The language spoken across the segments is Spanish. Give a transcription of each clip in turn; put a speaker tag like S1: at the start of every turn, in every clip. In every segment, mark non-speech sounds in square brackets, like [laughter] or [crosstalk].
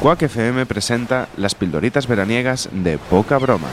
S1: Quack FM presenta las pildoritas veraniegas de poca broma.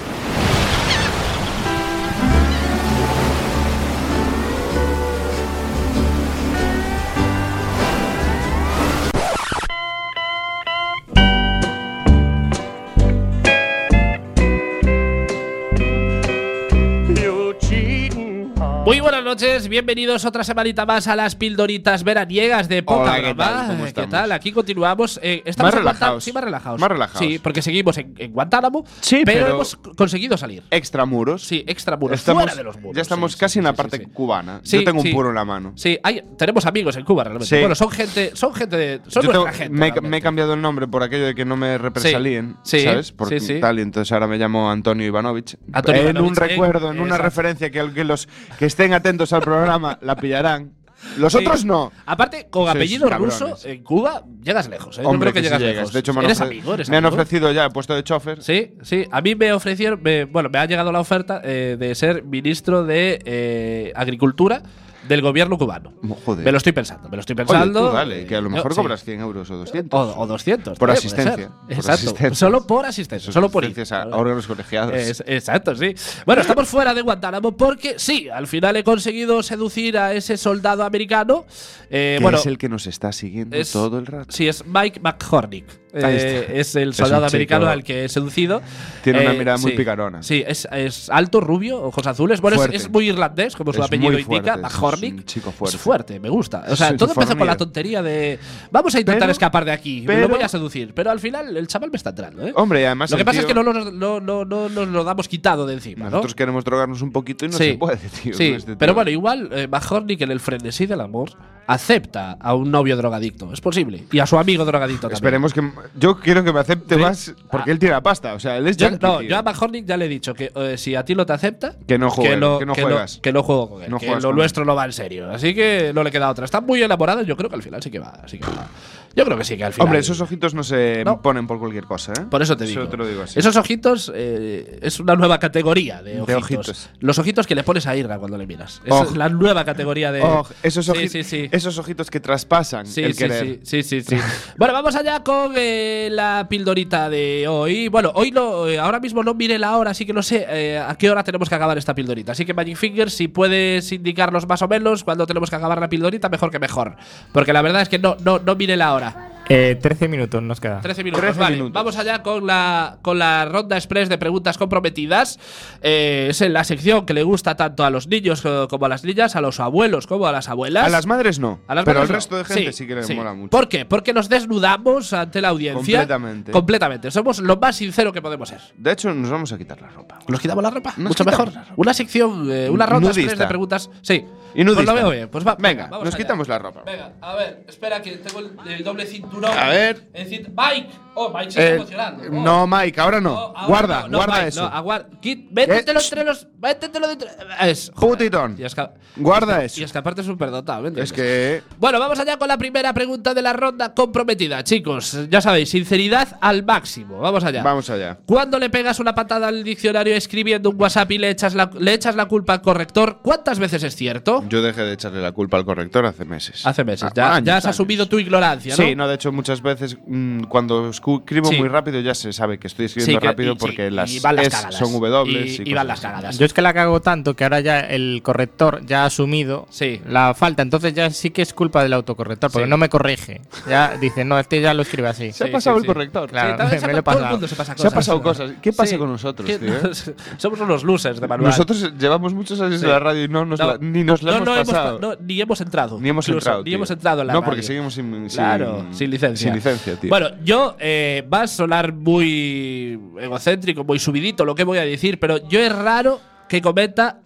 S2: Muy buenas noches, bienvenidos otra semanita más a las pildoritas veraniegas de Poca
S1: Hola, ¿qué
S2: Broma.
S1: tal? ¿Cómo estamos?
S2: tal? Aquí continuamos. eh, estamos
S1: Más
S2: en Guantá-
S1: relajados.
S2: Sí, más relajados.
S1: Más relajados.
S2: Sí, porque seguimos en, en Guantánamo,
S1: Sí,
S2: pero,
S1: pero-
S2: hemos c- conseguido salir.
S1: Extramuros.
S2: Sí, extra muros, fuera de los muros.
S1: Ya estamos
S2: Sí, sí,
S1: casi
S2: sí,
S1: en la
S2: sí,
S1: parte
S2: sí.
S1: cubana.
S2: Sí,
S1: Yo tengo
S2: sí.
S1: un puro en la mano.
S2: Sí, hay- tenemos amigos en Cuba realmente.
S1: Sí.
S2: Bueno, son gente, son gente de. Son
S1: Yo
S2: nuestra
S1: tengo-
S2: gente.
S1: me, he ca- me he
S2: realmente.
S1: cambiado el nombre por aquello de que no me represalíen,
S2: Sí,
S1: ¿sabes? Por
S2: sí, sí.
S1: tal, y entonces ahora me llamo Antonio Ivanovich.
S2: Antonio
S1: en
S2: Ivanovich,
S1: un
S2: eh,
S1: recuerdo, en una
S2: exacto.
S1: referencia que, al- que los que estén atentos al programa la pillarán. Los
S2: Sí.
S1: otros no.
S2: Aparte, con
S1: Sois
S2: apellido
S1: cabrones.
S2: ruso, en Cuba llegas lejos. ¿eh? Yo
S1: Hombre,
S2: creo que,
S1: que sí
S2: llegas,
S1: llegas.
S2: lejos.
S1: De hecho, me han,
S2: Eres
S1: ofre-
S2: amigo, eres
S1: me han
S2: amigo.
S1: ofrecido ya puesto de chofer.
S2: Sí, sí. A mí me ofrecieron, me- bueno, me ha llegado la oferta eh, de ser ministro de eh, Agricultura del gobierno cubano.
S1: Mo- Joder.
S2: Me lo estoy pensando, me lo estoy
S1: Oye, tú
S2: pensando.
S1: dale, que a lo
S2: eh,
S1: mejor
S2: yo-
S1: cobras
S2: sí.
S1: 100 euros o 200.
S2: O, o 200.
S1: Por
S2: eh, puede
S1: asistencia,
S2: ser.
S1: por
S2: Exacto.
S1: asistencia.
S2: Solo por asistencia.
S1: Eso
S2: Solo por ir.
S1: gracias Pues a órganos colegiados.
S2: Es- eh, exacto, sí. Bueno, estamos fuera de Guantánamo porque sí, al final he conseguido seducir a ese soldado americano. Eh,
S1: que
S2: bueno,
S1: es el que nos está siguiendo
S2: es-
S1: todo el rato.
S2: Sí, es Mike McHornick.
S1: Ahí
S2: Eh,
S1: está.
S2: es el
S1: Es
S2: soldado
S1: un chico-
S2: americano al que he seducido. Eh,
S1: Tiene una mirada muy
S2: sí.
S1: picarona.
S2: Sí, es, es alto, rubio, ojos azules. Bueno, es,
S1: Fuerte.
S2: es muy irlandés, como su
S1: Es
S2: apellido
S1: muy fuerte,
S2: indica.
S1: es
S2: McHornick.
S1: un chico fuerte.
S2: Es fuerte, me gusta. O sea,
S1: Es un
S2: todo empezó con la
S1: fornido.
S2: tontería de vamos a intentar
S1: Pero-
S2: escapar de aquí, lo
S1: pero-
S2: voy a seducir. Pero al final el chaval me está entrando, ¿eh?
S1: Hombre, y además
S2: lo que
S1: el
S2: pasa es
S1: tío-
S2: que no, lo- no- no- no nos lo damos quitado de encima, ¿no?
S1: Nosotros queremos drogarnos un poquito y no
S2: Sí.
S1: se puede, [laughs] tío.
S2: Sí,
S1: con este
S2: pero
S1: tío.
S2: bueno, igual eh, Mahornik en el frenesí del amor acepta a un novio drogadicto, es posible, y a su amigo drogadicto también.
S1: Esperemos que. Yo quiero que me acepte
S2: Sí.
S1: más porque él tira pasta. O sea, él es
S2: Yo,
S1: yankee,
S2: no,
S1: tío.
S2: yo a Mahornik ya le he dicho que eh, si a ti no te acepta,
S1: Que no juegue,
S2: lo-
S1: que no
S2: lo-
S1: juegas.
S2: que no juego con él,
S1: No
S2: que
S1: juegas
S2: lo
S1: con
S2: nuestro no va en serio, así que no le queda otra. Está muy enamorado, yo creo que al final sí que va, así que va. Yo creo que sí que al final.
S1: Hombre, esos ojitos no se
S2: No.
S1: ponen por cualquier cosa, ¿eh?
S2: Por eso te digo.
S1: te lo digo así.
S2: Esos ojitos eh, es una nueva categoría de
S1: De
S2: ojitos.
S1: ojitos.
S2: Los ojitos que le pones a Irra cuando le miras. Esa
S1: Oj.
S2: es la nueva categoría de.
S1: Oh, esos,
S2: eh, Sí,
S1: oji-
S2: sí, sí.
S1: esos ojitos que traspasan
S2: Sí,
S1: el
S2: sí,
S1: querer.
S2: sí, sí, sí,
S1: [laughs]
S2: sí. bueno, vamos allá con eh, la pildorita de hoy. Bueno, hoy no, eh, ahora mismo no mire la hora, así que no sé eh, a qué hora tenemos que acabar esta pildorita. Así que Magic Finger, si puedes indicarnos más o menos cuándo tenemos que acabar la pildorita, mejor que mejor. Porque la verdad es que no, no, no mire la hora.
S3: Eh, 13 minutos nos queda.
S2: 13 minutos.
S1: 13
S2: vale,
S1: minutos.
S2: vamos allá con la, con la ronda express de preguntas comprometidas. Eh, es en la sección que le gusta tanto a los niños eh, como a las niñas, a los abuelos como a las abuelas.
S1: A las madres no.
S2: A las
S1: pero al
S2: manos no.
S1: resto de gente sí, que le mola mucho.
S2: ¿Por qué? Porque nos desnudamos ante la audiencia.
S1: Completamente.
S2: Completamente. Somos lo más sincero que podemos ser.
S1: De hecho, nos vamos a quitar la ropa.
S2: Nos quitamos la ropa.
S1: Nos
S2: Mucho
S1: quitamos
S2: mejor.
S1: la ropa.
S2: Una sección, eh, una ronda
S1: Nudista.
S2: express de preguntas. Sí.
S1: Y
S2: Pues
S1: nudista.
S2: lo veo bien. Pues va-
S1: Venga,
S2: vamos
S1: nos
S2: allá.
S1: quitamos la ropa.
S2: Venga, a ver, espera que tengo el, el doble cinturón.
S1: A ver.
S2: El cint- Mike. Oh, Mike se está
S1: Eh,
S2: emocionando. Oh.
S1: no, Mike, ahora no.
S2: Oh, ahora
S1: guarda,
S2: no, no,
S1: guarda
S2: Mike,
S1: eso.
S2: No, aguar- Quit- métetelo
S1: Eh,
S2: entre los. Métetelo dentro. Es.
S1: Putitón.
S2: Y esca-
S1: Guarda
S2: Y
S1: eso.
S2: es que aparte es superdotado, ¿me entiendes?
S1: Es que.
S2: Bueno, vamos allá con la primera pregunta de la ronda comprometida, chicos. Ya sabéis, sinceridad al máximo. Vamos allá.
S1: Vamos allá.
S2: Cuando le pegas una patada al diccionario escribiendo un WhatsApp y le echas la, le echas la culpa al corrector, ¿cuántas veces es cierto?
S1: Yo dejé de echarle la culpa al corrector hace meses.
S2: Hace meses.
S1: Ah,
S2: Ya,
S1: años,
S2: ya has
S1: años.
S2: asumido tu ignorancia, ¿no?
S1: Sí, no, de hecho muchas veces mm, cuando escu- escribo
S2: Sí.
S1: muy rápido ya se sabe que estoy escribiendo
S2: Sí, que-
S1: rápido
S2: y- sí,
S1: porque
S2: y
S1: las,
S2: van las
S1: es
S2: cagadas.
S1: son W
S2: Y-
S1: y,
S2: y
S1: cosas
S2: van las
S1: así.
S2: cagadas.
S3: Yo es que la cago tanto que ahora ya el corrector ya ha asumido
S2: Sí.
S3: la falta. Entonces ya sí que es culpa del autocorrector porque
S2: Sí.
S3: no me corrige. Ya dice, no, este ya lo escribe así.
S1: Se
S2: Sí,
S1: ha pasado
S2: sí,
S1: el
S2: sí.
S1: corrector.
S3: Claro.
S2: Sí, tal vez
S3: me
S2: se
S3: lo he
S2: pa- todo el
S3: pasado.
S2: mundo se pasa
S1: Se ha
S2: cosas.
S1: pasado cosas. ¿Qué pasa
S2: Sí.
S1: con nosotros,
S2: ¿Qué-
S1: tío? eh?
S2: [laughs] Somos unos losers de manual.
S1: Nosotros llevamos muchos años
S2: Sí.
S1: en la radio y no nos la- ni nos la
S2: no,
S1: hemos
S2: no hemos
S1: pasado.
S2: pa- no, ni hemos entrado.
S1: ni hemos
S2: incluso,
S1: entrado.
S2: Ni
S1: tío.
S2: hemos entrado en la
S1: No, porque
S2: radio.
S1: seguimos sin,
S2: Claro, sin, licencia.
S1: Sin licencia, tío.
S2: Bueno, yo eh, va a sonar muy egocéntrico, muy subidito lo que voy a decir, pero yo es raro que cometa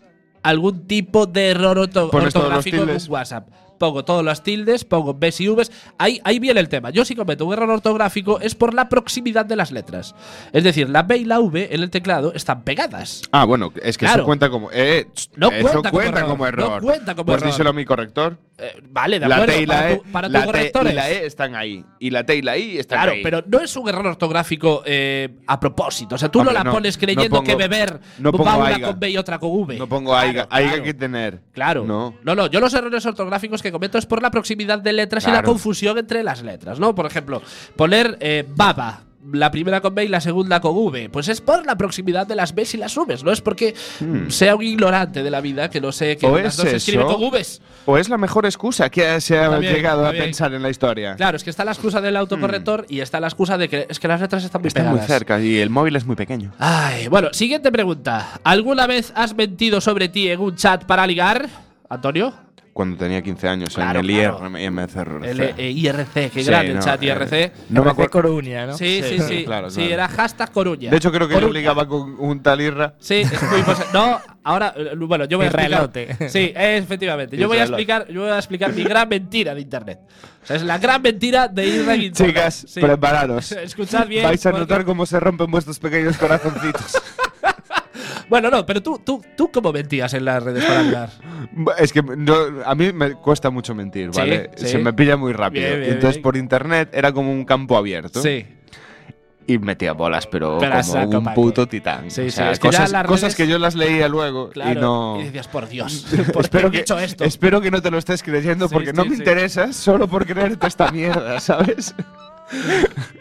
S2: algún tipo de error orto-
S1: Pones todos los
S2: ortográfico en un
S1: tildes.
S2: WhatsApp. Pongo todos los tildes, pongo Bs y Vs. Ahí, ahí viene el tema. Yo si cometo un error ortográfico es por la proximidad de las letras. Es decir, la B y la V en el teclado están pegadas.
S1: Ah, bueno, es que
S2: Claro.
S1: eso cuenta como. Eh, tss,
S2: No
S1: eso
S2: cuenta como error.
S1: como error.
S2: No cuenta como
S1: pues
S2: error.
S1: díselo a mi corrector.
S2: Eh, vale, de
S1: La
S2: acuerdo.
S1: T y la
S2: para
S1: E.
S2: tu- para
S1: La
S2: tus
S1: T y
S2: correctores.
S1: la E están ahí. Y la T y la I están
S2: Claro,
S1: ahí.
S2: pero no es un error ortográfico eh, a propósito. O sea, tú
S1: Hombre,
S2: no la
S1: no,
S2: pones
S1: no
S2: creyendo
S1: pongo-
S2: que beber
S1: no
S2: va
S1: pongo
S2: una
S1: aiga.
S2: con B y otra con V.
S1: No pongo
S2: Claro,
S1: aiga.
S2: claro,
S1: Aiga que tener.
S2: Claro.
S1: No.
S2: No, no, yo los errores ortográficos que que cometo es por la proximidad de letras y la
S3: Claro.
S2: confusión entre las letras, ¿no? Por ejemplo, poner eh, baba. La primera con B y la segunda con V. Pues es por la proximidad de las Bs y las Vs, ¿no? Es porque sea un ignorante de la vida que no sé que
S1: Hmm. ¿O
S2: las
S1: es
S2: dos se escribe
S1: eso?
S2: con Vs.
S1: ¿O es la mejor excusa que se ha
S2: Está bien,
S1: llegado
S2: está
S1: a
S2: bien.
S1: pensar en la historia?
S2: Claro, es que está la excusa del autocorrector y está la excusa de que es que las letras están muy
S1: Está Hmm. muy
S2: pegadas.
S1: cerca y el móvil es muy pequeño.
S2: Ay, bueno, siguiente pregunta. ¿Alguna vez has mentido sobre ti en un chat para ligar? Antonio,
S1: Cuando tenía 15 años
S2: Claro,
S1: en el
S2: claro.
S1: IRMCR.
S2: el eh, IRC, que
S1: Sí,
S2: grande el
S1: no,
S2: chat
S1: eh,
S2: IRC.
S1: No me acuerdo.
S3: Coruña, ¿no?
S2: Sí, sí,
S1: Sí,
S2: sí.
S1: sí, claro,
S2: Sí,
S1: claro.
S2: era hashtag Coruña.
S1: De hecho, creo que yo
S2: Coruña.
S1: ligaba con un tal Irra.
S2: Sí, es muy
S1: [laughs]
S2: posible. No, ahora, eh, bueno, yo voy a explicar.
S3: Israelote.
S2: Sí, eh, efectivamente.
S1: Israelote.
S2: Yo voy a explicar, yo voy a explicar mi gran mentira de internet. O sea, es la gran mentira de Israel Internet.
S1: Chicas,
S2: Sí. [laughs]
S1: prepararos.
S2: Escuchad bien.
S1: Vais a
S2: porque-
S1: notar cómo se rompen vuestros pequeños corazoncitos.
S2: Bueno, no, pero tú, tú, tú cómo mentías en las redes para ligar.
S1: es que no- a mí me cuesta mucho mentir,
S2: Sí,
S1: ¿vale?
S2: sí.
S1: Se me pilla muy rápido.
S2: Bien, bien,
S1: Y Entonces,
S2: bien.
S1: por internet era como un campo abierto.
S2: Sí.
S1: Y metía bolas, pero,
S2: Pero a saco,
S1: como un
S2: Paco.
S1: puto titán.
S2: Sí,
S1: O
S2: sí,
S1: sea,
S2: es que ya
S1: cosas,
S2: las
S1: cosas
S2: redes-
S1: que yo las leía luego
S2: Claro.
S1: y no.
S2: decías, por
S1: [laughs]
S2: Dios, ¿por
S1: espero
S2: qué
S1: que,
S2: he hecho esto?
S1: espero que no te lo estés creyendo
S2: Sí,
S1: porque no
S2: sí,
S1: me
S2: sí.
S1: interesas solo por creerte esta mierda, [laughs] ¿sabes?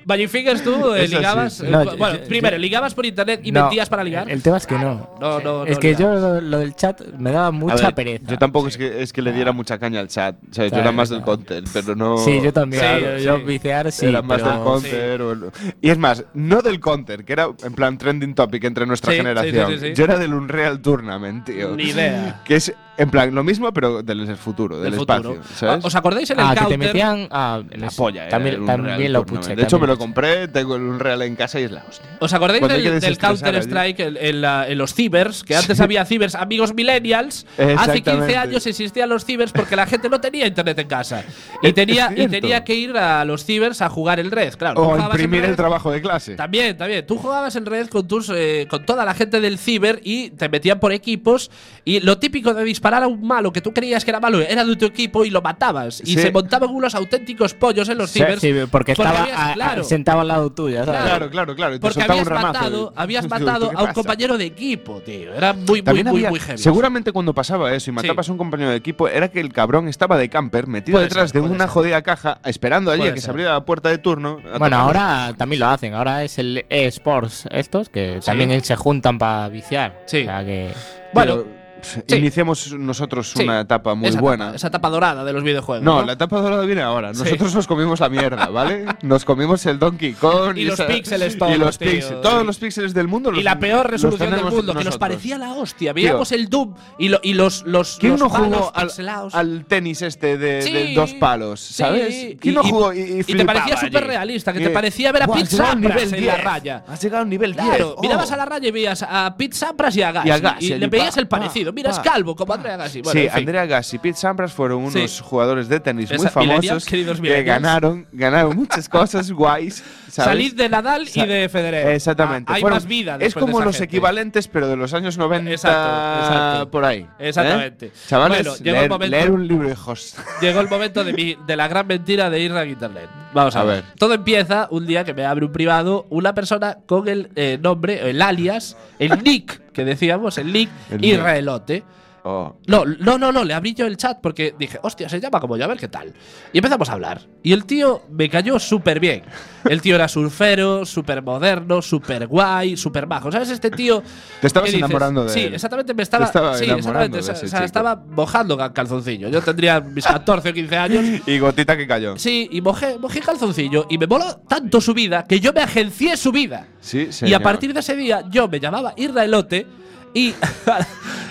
S2: Magic Fingers, tú eh,
S1: Eso sí.
S2: ligabas. eh,
S3: No,
S2: cu-
S3: yo-
S2: bueno,
S3: yo-
S2: primero, ligabas por internet y
S3: No,
S2: mentías para ligar. Ah,
S3: El tema es que no.
S2: No, no,
S3: es
S2: no
S3: que
S2: ligar.
S3: yo lo, lo del chat me daba mucha
S1: A ver,
S3: pereza.
S1: Yo tampoco es, que, es que le diera mucha caña al chat. O sea, yo
S3: Claro,
S1: era más del
S3: no.
S1: content, pero no.
S3: Sí, yo también.
S2: Claro,
S3: yo, yo
S2: sí.
S3: viciar sí.
S1: era más
S3: pero-
S1: del counter. o el- Y es más, no del counter, que era en plan trending topic entre nuestra
S2: Sí, sí,
S1: generación.
S2: sí, sí, sí.
S1: Yo era del Unreal Tournament, tío.
S2: Ni idea.
S1: Que es en plan lo mismo, pero del futuro, del,
S2: Del
S1: espacio.
S2: futuro.
S1: ¿sabes?
S2: Ah, ¿Os acordáis en el
S3: Ah, que te
S2: counter?
S3: metían. Ah,
S1: la
S3: les-
S1: polla, era el
S3: También,
S1: Unreal
S3: también lo
S1: Tournament.
S3: puse.
S1: De hecho, me
S3: también
S1: lo
S3: puse.
S1: compré, tengo el Unreal en casa y es la hostia.
S2: ¿Os acordáis
S1: Cuando hay que
S2: del, del
S1: desestresar
S2: Counter
S1: allí.
S2: Strike en, en la- en los cibers? Que antes había cibers, amigos millennials. Hace 15
S1: Exactamente.
S2: años existían los cibers porque la gente no tenía internet en casa. Y tenía, y
S1: cierto.
S2: tenía que ir a los cibers a jugar el red, claro. tú
S1: O
S2: jugabas en
S1: imprimir el
S2: red.
S1: trabajo de clase.
S2: También, también. Tú jugabas en red con tus, eh, con toda la gente del ciber y te metían por equipos y lo típico de disparar a un malo que tú creías que era malo era de tu equipo y lo matabas y
S1: Sí.
S2: se montaban unos auténticos pollos en los
S3: Sí,
S2: cibers.
S3: sí, porque estaba
S2: habías-
S3: a- a-
S2: claro,
S3: sentado al lado tuyo. ¿sabes?
S1: Claro, claro, claro. y te
S2: porque
S1: soltaba
S2: habías
S1: un ramazo.
S2: matado, habías
S1: Tú,
S2: matado
S1: [laughs] ¿qué
S2: a un
S1: pasa?
S2: compañero de equipo, tío. Era muy, muy,
S1: También
S2: muy,
S1: había-
S2: muy heavy.
S1: Seguramente cuando pasaba eso y matabas a un compañero de equipo era que el cabrón estaba de camper metido
S2: Puede
S1: detrás
S2: ser,
S1: de
S2: puede
S1: una
S2: ser.
S1: jodida caja esperando allí
S2: Puede
S1: a que se
S2: ser.
S1: abriera la puerta de turno. a
S3: Bueno,
S1: tocar.
S3: ahora también lo hacen. Ahora es el eSports estos que también se juntan para viciar.
S2: Sí.
S3: O sea que.
S2: bueno,
S1: Pff,
S2: sí.
S1: Iniciamos nosotros
S2: Sí.
S1: una etapa muy
S2: esa tapa-
S1: buena.
S2: esa tapa dorada de los videojuegos.
S1: no,
S2: ¿no?
S1: la etapa dorada viene ahora.
S2: Sí.
S1: Nosotros nos comimos la mierda,
S2: [laughs]
S1: ¿vale? Nos comimos el Donkey Kong
S2: Y los píxeles
S1: Y
S2: todos,
S1: los
S2: tío.
S1: píxeles. Todos los píxeles del mundo.
S2: Y la peor resolución del
S1: tenemos
S2: mundo, que nos
S1: nosotros.
S2: parecía la hostia. Veíamos el Doom y, lo- y los, los,
S1: ¿Quién
S2: los
S1: no
S2: palos
S1: jugó al,
S2: pixelados.
S1: al tenis este de,
S2: Sí,
S1: de dos palos,
S2: sí,
S1: sabes?
S2: y-
S1: ¿Quién no
S2: y-
S1: jugó y, y
S2: y te
S1: flipaba
S2: parecía
S1: allí? Eh,
S2: súper realista, que
S1: Y-
S2: te parecía ver a
S1: Buah,
S2: Pete
S1: has llegado al
S2: Sampras en la
S1: 10,
S2: raya.
S1: Has llegado a un nivel 10.
S2: Claro,
S1: oh.
S2: mirabas a la raya y veías a Pete Sampras y a Gassi.
S1: Y a Gassi,
S2: y
S1: allí,
S2: le veías
S1: pa,
S2: el parecido.
S1: pa,
S2: Mira, es
S1: pa,
S2: calvo como Andrea Gassi. Bueno,
S1: sí,
S2: en fin.
S1: Andrea Gassi y Pete Sampras fueron
S2: Sí.
S1: unos jugadores de tenis muy
S2: Esa- millennials,
S1: famosos
S2: queridos
S1: que
S2: millennials.
S1: ganaron, ganaron muchas cosas guays. ¿sabes?
S2: Salid de Nadal y
S1: Sa-
S2: de Federer.
S1: Exactamente.
S2: Ah, hay
S1: Fueron-
S2: más vida.
S1: Es
S2: después de
S1: como
S2: esa
S1: los
S2: gente.
S1: equivalentes, pero de los años 90
S2: Exacto, exacto.
S1: por ahí. ¿eh?
S2: Exactamente.
S1: Chavales,
S2: Bueno, llegó el
S1: leer,
S2: momento-
S1: leer un libro de Host.
S2: Llegó el momento de, mi- de la gran mentira de ir a internet. Vamos a,
S1: A
S2: ver.
S1: ver.
S2: Todo empieza un día que me abre un privado una persona con el eh, nombre, el alias, el nick que decíamos, el nick
S1: El nick.
S2: Israelote.
S1: Oh.
S2: No, no, no, no, le abrí yo el chat porque dije, hostia, se llama como yo, a ver qué tal. Y empezamos a hablar. Y el tío me cayó súper bien. El tío era surfero, súper moderno, súper guay, súper bajo. ¿Sabes? Este tío.
S1: Te estabas
S2: que dices,
S1: enamorando de
S2: Sí,
S1: él.
S2: exactamente, me estaba.
S1: Te estaba
S2: sí,
S1: enamorando
S2: exactamente.
S1: de
S2: o sea,
S1: ese
S2: o sea,
S1: chico.
S2: estaba mojando ca- calzoncillo. Yo tendría mis 14 o 15 años.
S1: Y gotita que cayó.
S2: Sí, y mojé, mojé calzoncillo. Y me moló tanto su vida que yo me agencié su vida.
S1: Sí,
S2: Y a
S1: señor.
S2: partir de ese día yo me llamaba Israelote y, [laughs]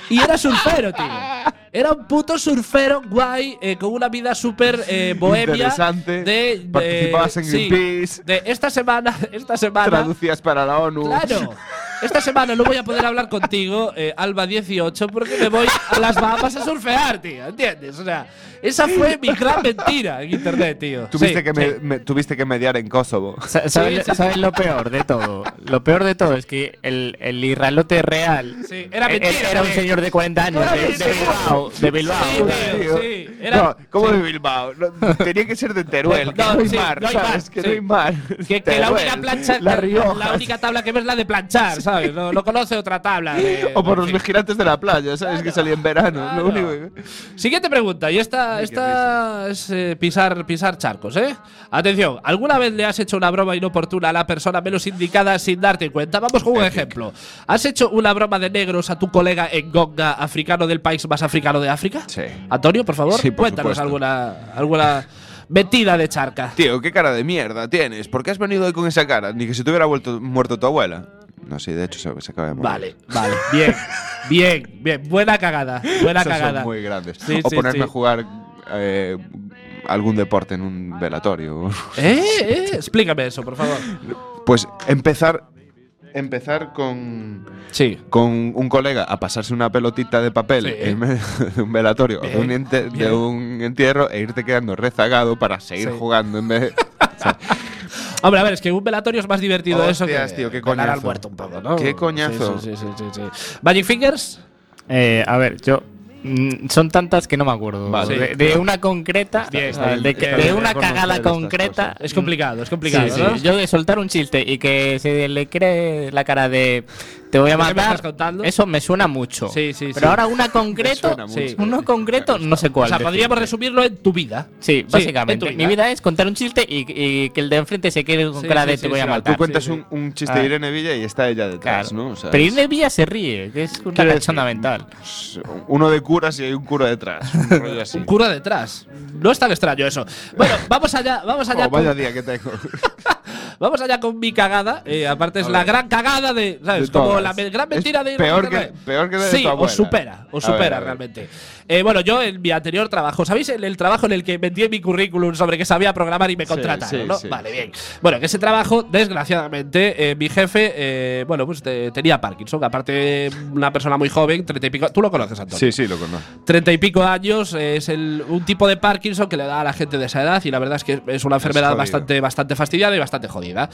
S2: y era surfero, tío. Era un puto surfero guay, eh, con una vida súper
S1: [laughs]
S2: eh, bohemia.
S1: Interesante.
S2: De, de-
S1: Participabas en
S2: sí,
S1: Greenpeace.
S2: de esta semana, [laughs]
S1: [laughs]
S2: esta semana.
S1: Traducías para la ONU.
S2: Claro. Esta semana no voy a poder hablar contigo, eh, Alba 18, porque me voy a las Bahamas a surfear, tío. ¿Entiendes? O sea, esa fue mi gran mentira en internet, tío.
S1: [laughs] Tuviste,
S2: Sí,
S1: que
S2: sí.
S1: me- me- tuviste que mediar en Kosovo.
S3: Sa- ¿Sabes
S2: sí, sí.
S3: sabes lo peor de todo? Lo peor de todo es que el, el irralote real
S2: Sí, era
S3: e-
S2: mentira
S3: era un
S2: también.
S3: señor de 40 años,
S2: Claro,
S3: de,
S2: sí,
S3: de
S2: sí.
S3: Bilbao. De Bilbao.
S2: Sí, tío, sí. Era-
S1: no, ¿cómo de Bilbao? No, tenía que ser de Teruel. que
S2: No,
S1: No, hay
S2: sí,
S1: mar,
S2: no hay
S1: ¿sabes?
S2: mar,
S1: que
S2: sí.
S1: no hay mar.
S2: Que, que la
S1: Teruel,
S2: única plancha,
S1: La
S2: la,
S1: Rioja.
S2: única tabla que ves es la de planchar, ¿sabes? Lo, lo conoce otra tabla. de-
S1: [laughs] O por
S2: en
S1: los
S2: fin.
S1: vigilantes de la playa, ¿sabes? Que salía en verano.
S2: Claro.
S1: Lo único que-
S2: Siguiente pregunta, y esta,
S1: Ay, qué
S2: esta es eh, pisar, pisar charcos, ¿eh? Atención, ¿alguna vez le has hecho una broma inoportuna a la persona menos indicada sin darte cuenta? Vamos con un ejemplo. ¿Has hecho una broma de negros a tu colega en Gonga, africano del país más africano de África?
S1: Sí.
S2: Antonio, por favor,
S1: Sí, por
S2: cuéntanos
S1: supuesto.
S2: alguna, alguna metida de charca.
S1: Tío, qué cara de mierda tienes. ¿Por qué has venido hoy con esa cara? Ni que se te hubiera vuelto, muerto tu abuela. No sé, de hecho se, se acaba de morir.
S2: Vale, vale, bien, bien, bien, buena cagada, buena
S1: Esas
S2: cagada.
S1: son muy grandes.
S2: Sí,
S1: o
S2: sí,
S1: ponerme
S2: sí.
S1: a jugar eh, algún deporte en un velatorio. [laughs]
S2: ¿Eh? [laughs] ¿Eh? Explícame eso, por favor.
S1: Pues empezar, empezar con,
S2: Sí.
S1: con un colega a pasarse una pelotita de papel
S2: Sí.
S1: en medio de un velatorio o de un,
S2: Bien,
S1: ente- de
S2: bien.
S1: un entierro e irte quedando rezagado para seguir
S2: Sí.
S1: jugando en vez
S2: [laughs]
S1: de-
S2: Hombre, a ver, es que un velatorio es más divertido eso que
S1: Hostias, tío, qué
S2: velar
S1: coñazo.
S2: al muerto un poco, ¿no?
S1: Qué coñazo.
S2: Sí, sí, sí, sí, sí. Magic Fingers,
S3: Eh, a ver, yo. mm, Son tantas que no me acuerdo.
S1: Vale.
S3: De, de una concreta.
S2: bien, está bien,
S3: de, que-
S1: está
S3: de
S1: bien
S3: una
S1: conocer
S3: cagada
S1: estas
S3: concreta.
S2: es complicado, es
S3: Sí,
S2: complicado,
S3: sí.
S2: ¿no?
S3: Yo de soltar un chiste y que se le cree la cara de. Te voy a
S2: ¿Qué me
S3: matar.
S2: estás contando?
S3: Eso me suena mucho.
S2: Sí, sí,
S3: Pero
S2: sí. [laughs]
S3: ahora una concreto.
S1: suena
S2: mucho.
S3: Uno concreto, no sé
S2: O
S3: cuál.
S2: sea,
S3: decir.
S2: podríamos resumirlo en tu vida.
S3: Sí,
S2: en
S3: básicamente.
S2: tu vida.
S3: Mi vida es contar un chiste y, y que el de enfrente se quede con
S2: Sí,
S3: cara
S2: sí,
S3: de
S2: sí,
S3: te voy a
S2: Ah, sí,
S1: Tú
S3: matar.
S1: cuentas
S2: sí, Ah. sí.
S1: Un, un chiste de Irene Villa y está ella detrás,
S3: Claro.
S1: ¿no? O sea,
S3: Pero Irene Villa se ríe, que es una
S1: Quiero
S3: cosa fundamental.
S1: es uno de curas y hay un cura detrás. un
S2: [laughs]
S1: rollo así.
S2: Un cura detrás. No es tan extraño eso. Bueno, vamos allá, vamos allá.
S1: Oh, vaya
S2: con,
S1: día que tengo.
S2: vamos allá con mi cagada. Eh, aparte es
S1: A
S2: la
S1: ver.
S2: gran cagada de, ¿sabes?
S1: De
S2: Como
S1: todas.
S2: la me- gran
S1: Es
S2: mentira de
S1: peor
S2: Irene Villa.
S1: que- peor que la de
S2: Sí,
S1: tu abuela.
S2: os supera, os
S1: A ver,
S2: supera
S1: a ver.
S2: realmente. Eh, bueno, yo en mi anterior trabajo, ¿sabéis el, el trabajo en el que metí en mi currículum sobre que sabía programar y me
S1: Sí,
S2: contrataron,
S1: sí,
S2: no?
S1: sí.
S2: Vale, bien. Bueno, que ese trabajo, desgraciadamente, eh, mi jefe, eh, bueno, pues te- tenía Parkinson, aparte una persona muy joven, treinta y pico. Tú lo conoces, Antonio.
S1: sí, sí, lo conozco.
S2: Treinta y pico años eh, es el, un tipo de Parkinson que le da a la gente de esa edad y la verdad es que es una enfermedad
S1: jodido.
S2: bastante, bastante fastidiada y bastante jodida.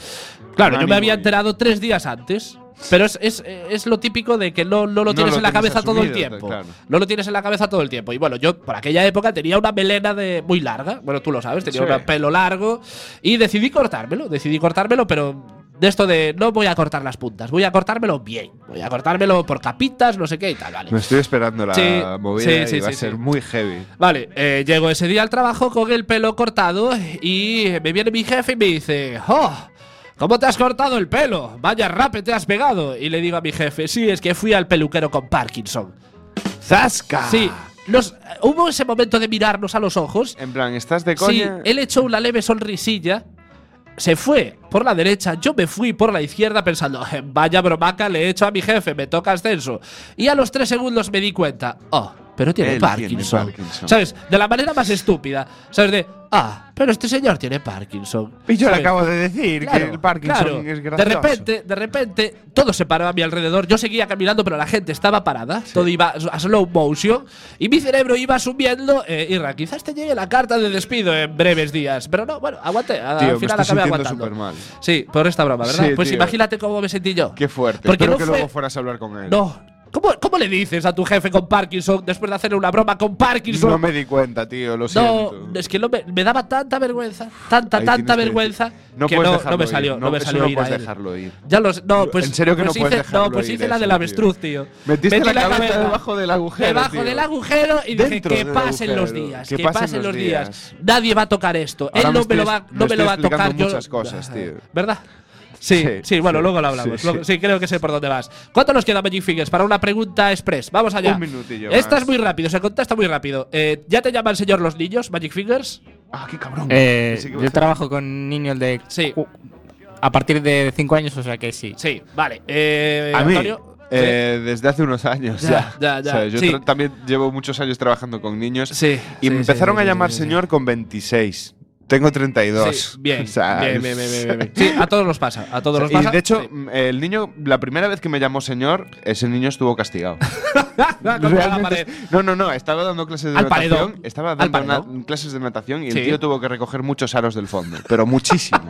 S2: Claro, yo
S1: Ánimo
S2: me había
S1: y-
S2: enterado tres días antes. Pero es, es- es lo típico de que no, no lo
S1: No
S2: tienes
S1: lo
S2: en la
S1: tienes
S2: cabeza todo el
S1: asumido,
S2: tiempo.
S1: claro.
S2: No lo tienes en la cabeza todo el tiempo. Y bueno, yo por aquella época tenía una melena de muy larga. Bueno, tú lo sabes, tenía
S1: Sí.
S2: un pelo largo. Y decidí cortármelo, decidí cortármelo, pero de esto de no voy a cortar las puntas, voy a cortármelo bien. Voy a cortármelo por capitas, no sé qué y tal, vale.
S1: Me estoy esperando la
S2: Sí,
S1: movida
S2: sí, sí,
S1: y va
S2: sí,
S1: a ser
S2: sí.
S1: muy heavy.
S2: Vale, eh, llego ese día al trabajo con el pelo cortado y me viene mi jefe y me dice, ¡Oh! ¿Cómo te has cortado el pelo? Vaya rape te has pegado. Y le digo a mi jefe, sí, es que fui al peluquero con Parkinson.
S1: ¡Zasca!
S2: Sí, nos- hubo ese momento de mirarnos a los ojos.
S1: En plan, ¿estás de
S2: Sí,
S1: coña?
S2: él echó una leve sonrisilla. Se fue por la derecha, yo me fui por la izquierda pensando, "Eh, vaya bromaca le he hecho a mi jefe, me toca ascenso. Y a los tres segundos me di cuenta, oh, pero tiene
S1: Él tiene
S2: Parkinson.
S1: Parkinson.
S2: ¿Sabes? De la manera más estúpida. ¿Sabes? De, ah, pero este señor tiene Parkinson.
S1: Y yo le
S2: ¿Sabes?
S1: acabo de decir
S2: Claro,
S1: que el Parkinson
S2: claro.
S1: es
S2: De
S1: gracioso.
S2: repente, de repente, todo se paró a mi alrededor. Yo seguía caminando, pero la gente estaba parada. Todo iba a slow motion. Y mi cerebro iba subiendo. Eh, Irra, quizás te llegue la carta de despido en breves días. Pero no, bueno, aguante. a-
S1: Tío,
S2: al
S1: me
S2: final
S1: estoy
S2: acabé
S1: sintiendo
S2: aguantando.
S1: súper mal.
S2: Sí, por esta broma, ¿verdad?
S1: Sí,
S2: pues
S1: tío.
S2: imagínate cómo me sentí yo.
S1: Qué fuerte.
S2: Porque
S1: Espero
S2: no
S1: que
S2: fue-
S1: luego fueras a hablar con él.
S2: No. ¿Cómo, ¿Cómo le dices a tu jefe con Parkinson después de hacerle una broma con Parkinson?
S1: No me di cuenta, tío, lo
S2: No,
S1: siento.
S2: es que no me, me daba tanta vergüenza, tanta,
S1: Ahí tienes
S2: tanta
S1: que
S2: vergüenza
S1: decir,
S2: que
S1: puedes
S2: no, no
S1: dejarlo
S2: me
S1: ir,
S2: salió, no, me
S1: eso
S2: salió
S1: no
S2: ir
S1: puedes
S2: a él.
S1: dejarlo ir.
S2: Ya los, no,
S1: En
S2: pues.
S1: serio que no
S2: pues
S1: puedes
S2: hice, No,
S1: dejarlo
S2: pues
S1: ir
S2: hice la
S1: eso,
S2: del
S1: tío.
S2: avestruz, tío.
S1: Metiste
S2: Metí
S1: la cabeza debajo del agujero,
S2: Debajo
S1: tío.
S2: del agujero y dije
S1: Dentro
S2: que
S1: del
S2: pasen los
S1: agujero,
S2: días, que,
S1: que
S2: pasen,
S1: pasen
S2: los
S1: los
S2: días.
S1: días.
S2: Nadie va a tocar esto.
S1: Ahora
S2: Él
S1: me
S2: no me lo
S1: estoy-
S2: va,
S1: me
S2: no me lo
S1: estoy
S2: va a tocar.
S1: explicando
S2: yo-
S1: muchas cosas, tío.
S2: ¿Verdad? Sí, sí,
S1: Sí,
S2: bueno,
S1: sí,
S2: luego lo hablamos.
S1: sí,
S2: luego-
S1: sí.
S2: sí, creo que sé por dónde vas. ¿Cuánto nos queda Magic Fingers para una pregunta express? Vamos allá.
S1: Un minutillo
S2: Esta
S1: más.
S2: es muy rápido, se contesta muy rápido. Eh, ¿Ya te llama el señor los niños, Magic Fingers?
S1: Ah, qué cabrón.
S3: Eh,
S1: Pensé que iba a
S3: yo
S1: ser-
S3: trabajo con niños de.
S2: Sí.
S3: cu- A partir de 5 años, o sea que sí.
S2: Sí, vale. Eh,
S1: A mí,
S2: Antonio,
S1: eh, desde hace unos años
S2: Ya,
S1: ya.
S2: ya, ya,
S1: O sea, yo
S2: sí.
S1: tra- también llevo muchos años trabajando con niños.
S2: Sí,
S1: Y
S2: sí,
S1: me
S2: sí,
S1: empezaron
S2: sí, sí,
S1: a llamar
S2: sí, sí.
S1: señor con 26. Tengo 32.
S2: Sí,
S1: [laughs]
S2: bien,
S1: O sea,
S2: bien, bien, bien, bien, bien, bien. Sí, a todos los pasa, a todos los
S1: Y
S2: pasa.
S1: de hecho,
S2: Sí. [laughs]
S1: m- el niño, la primera vez que me llamó señor, ese niño estuvo
S2: [laughs]
S1: castigado.
S2: Ah, contra la
S1: Realmente-
S2: pared.
S1: no, no, no, estaba dando clases de
S2: Al
S1: natación.
S2: paredón.
S1: Estaba
S2: Al
S1: dando
S2: paredón.
S1: na- clases de natación y
S2: Sí.
S1: el tío tuvo que recoger muchos aros del fondo, pero
S2: [laughs]
S1: muchísimos.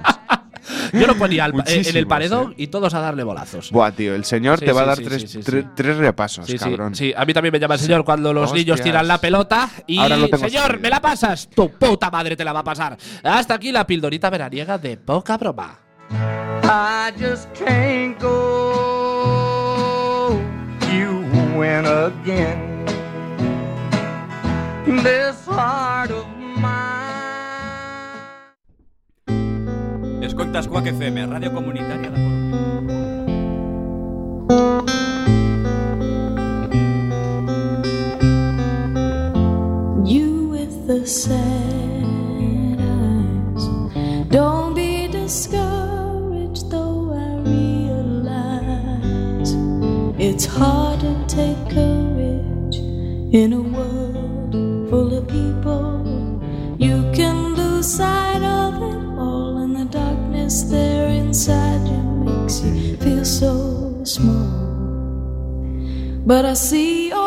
S2: Yo lo ponía al pa- eh, en el
S1: Muchísimos,
S2: paredón y todos a darle bolazos.
S1: Buah, tío, el señor
S2: Sí,
S1: te va
S2: sí,
S1: a dar
S2: sí,
S1: tres,
S2: sí, sí,
S1: tre-
S2: sí.
S1: tres repasos,
S2: Sí, sí,
S1: cabrón.
S2: sí, a mí también me llama el señor cuando los
S1: Hostias.
S2: niños tiran la pelota y
S1: Ahora lo tengo
S2: señor,
S1: entendido.
S2: me la pasas, tu puta madre te la va a pasar. Hasta aquí la pildorita veraniega de poca broma.
S4: I just can't go win again. This heart of mine.
S5: Escoltas Quack FM, Radio Comunitaria da Coruña.
S6: You with the sad eyes. Don't be discouraged, though I realize it's hard to take courage in a world full of people. You can lose sight of it all, and the darkness there inside you makes you feel so small. But I see your